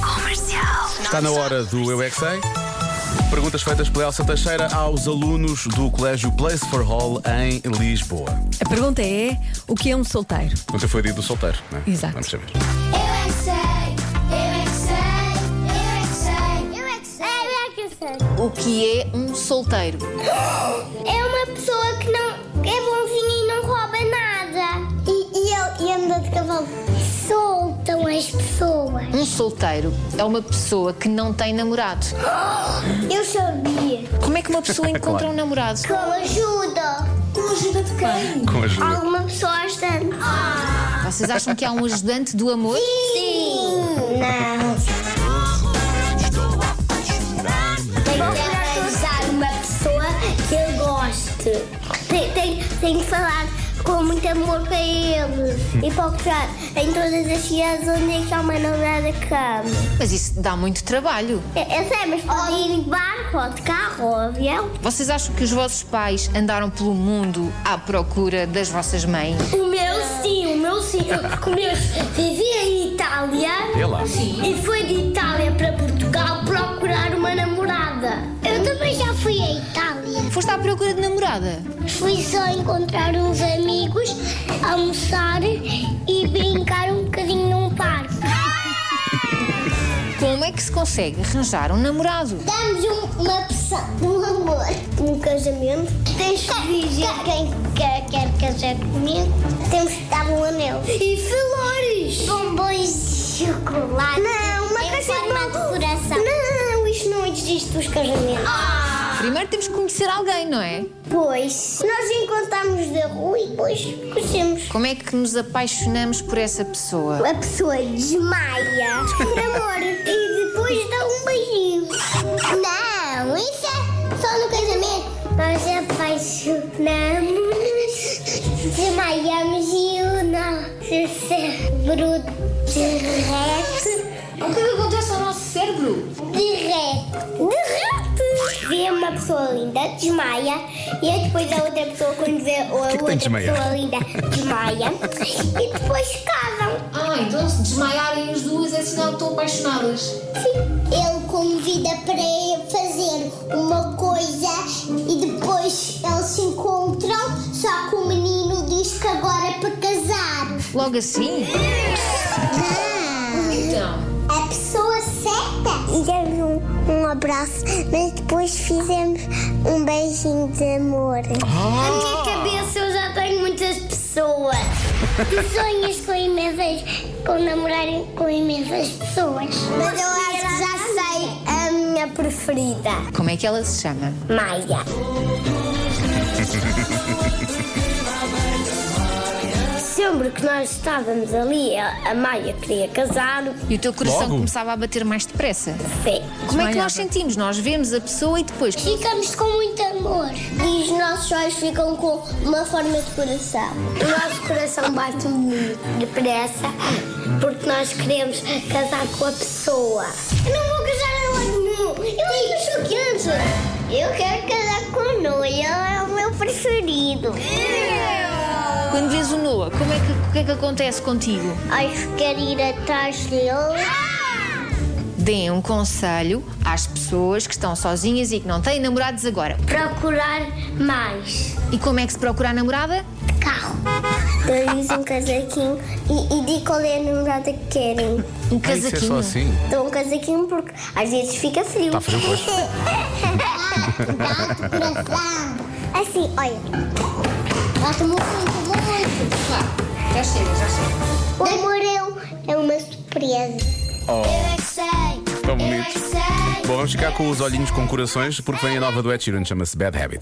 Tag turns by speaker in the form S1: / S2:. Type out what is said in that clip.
S1: Comercial.
S2: Está na hora do Eu é Que Sei. Perguntas feitas pela Elsa Teixeira aos alunos do Colégio Place for Hall em Lisboa.
S3: A pergunta é: o que é um solteiro?
S2: Nunca foi dia do solteiro, não é?
S3: Exato.
S2: Vamos saber.
S4: Eu é que sei, eu é que sei, eu é que sei, eu é que sei, eu é que sei.
S5: O que é um solteiro?
S4: É uma pessoa que não é bonzinha e não rouba nada. E, e, eu, e anda de cavalo. Soltam as pessoas.
S5: Um solteiro é uma pessoa que não tem namorado. Hum?
S4: Eu sabia.
S5: Como é que uma pessoa encontra
S2: Claro.
S5: um namorado?
S4: Com ajuda. Com ajuda de quem? Ah,
S2: Com ajuda.
S4: Alguma pessoa ajudando.
S5: Vocês acham que há um ajudante do amor?
S4: Sim. Não. Tem que arranjar uma pessoa que ele goste. Tem, tem, tem que falar com muito amor para ele. E procurar em todas as cidades onde é que há uma namorada que ama.
S5: Mas isso dá muito trabalho.
S4: Eu, eu sei, mas pode ir de barco, ou de carro, ou avião.
S5: Vocês acham que os vossos pais andaram pelo mundo à procura das vossas mães?
S4: O meu sim, o meu sim. O meu vivia em Itália.
S2: É lá.
S4: E foi de Itália para Portugal procurar uma namorada. Eu também já fui à Itália.
S5: Foste à procura de namorada?
S4: Fui só encontrar uns amigos, almoçar e brincar um bocadinho num parque.
S5: Como é que se consegue arranjar um namorado?
S4: Damos uma pessoa, um amor. Um casamento. Tens que dizer quem quer, quer casar comigo. Temos que dar um anel. E flores. Bombons de chocolate. Não, uma casa de decoração. Não, isto não existe dos casamentos. Ah.
S5: Primeiro temos que conhecer alguém, não é?
S4: Pois, nós encontramos da rua e depois conhecemos.
S5: Como é que nos apaixonamos por essa pessoa?
S4: A pessoa desmaia por amor e depois dá um beijinho. Não, isso é só no casamento. Nós apaixonamos, desmaiamos e o nosso cérebro derrete.
S5: É O que acontece ao nosso cérebro?
S4: Derrete. Derrete. Vê uma pessoa linda, desmaia. E aí depois a outra pessoa, quando vê a
S2: que tem
S4: outra
S2: de desmaiar?
S4: pessoa linda, desmaia. E depois casam.
S5: Ah, então se desmaiarem as duas é sinal que estão apaixonadas.
S4: Ele convida para fazer uma coisa e depois eles se encontram, só que o menino diz que agora é para casar.
S5: Logo assim?
S4: Ah.
S5: Então.
S4: A pessoa certa. Demos um, um abraço, mas depois fizemos um beijinho de amor. Na minha cabeça eu já tenho muitas pessoas. Tu sonhas com imensas. com namorar com imensas pessoas. Mas eu acho que já sei a minha preferida.
S5: Como é que ela se chama?
S4: Maia. Sempre que nós estávamos ali, a a Maia queria casar.
S5: E o teu coração
S2: Logo?
S5: começava a bater mais depressa. Como
S4: Sim.
S5: é que
S3: Desmaiava.
S5: nós sentimos? Nós vemos a pessoa e depois.
S4: Ficamos com muito amor. E os nossos olhos ficam com uma forma de coração. O nosso coração bate muito depressa porque nós queremos casar com a pessoa. Eu não vou casar ela nenhum. Eu acho chocante. Eu quero casar com o Noah. Ele é o meu preferido. É.
S5: Quando vês o Noah, como é que, o que é que acontece contigo?
S4: Acho que quero ir atrás dele. Ah!
S5: Deem um conselho às pessoas que estão sozinhas e que não têm namorados agora.
S4: Procurar mais.
S5: E como é que se procura a namorada?
S4: Carro. Eu uso um casaquinho e, e digo qual é a namorada que querem.
S2: Tem
S5: Um
S2: que ser
S5: casaquinho.
S2: só assim.
S4: Dou um casaquinho porque às vezes fica frio.
S2: Está frio, pois.
S4: assim, olha. Gosto muito, muito.
S5: Já chega, já chega.
S4: O amor é, uma surpresa.
S2: Oh,
S4: Eu é que sei.
S2: tão bonito.
S4: sei.
S2: Bom, vamos ficar com os olhinhos com corações porque vem a nova do Ed Sheeran, chama-se Bad Habit.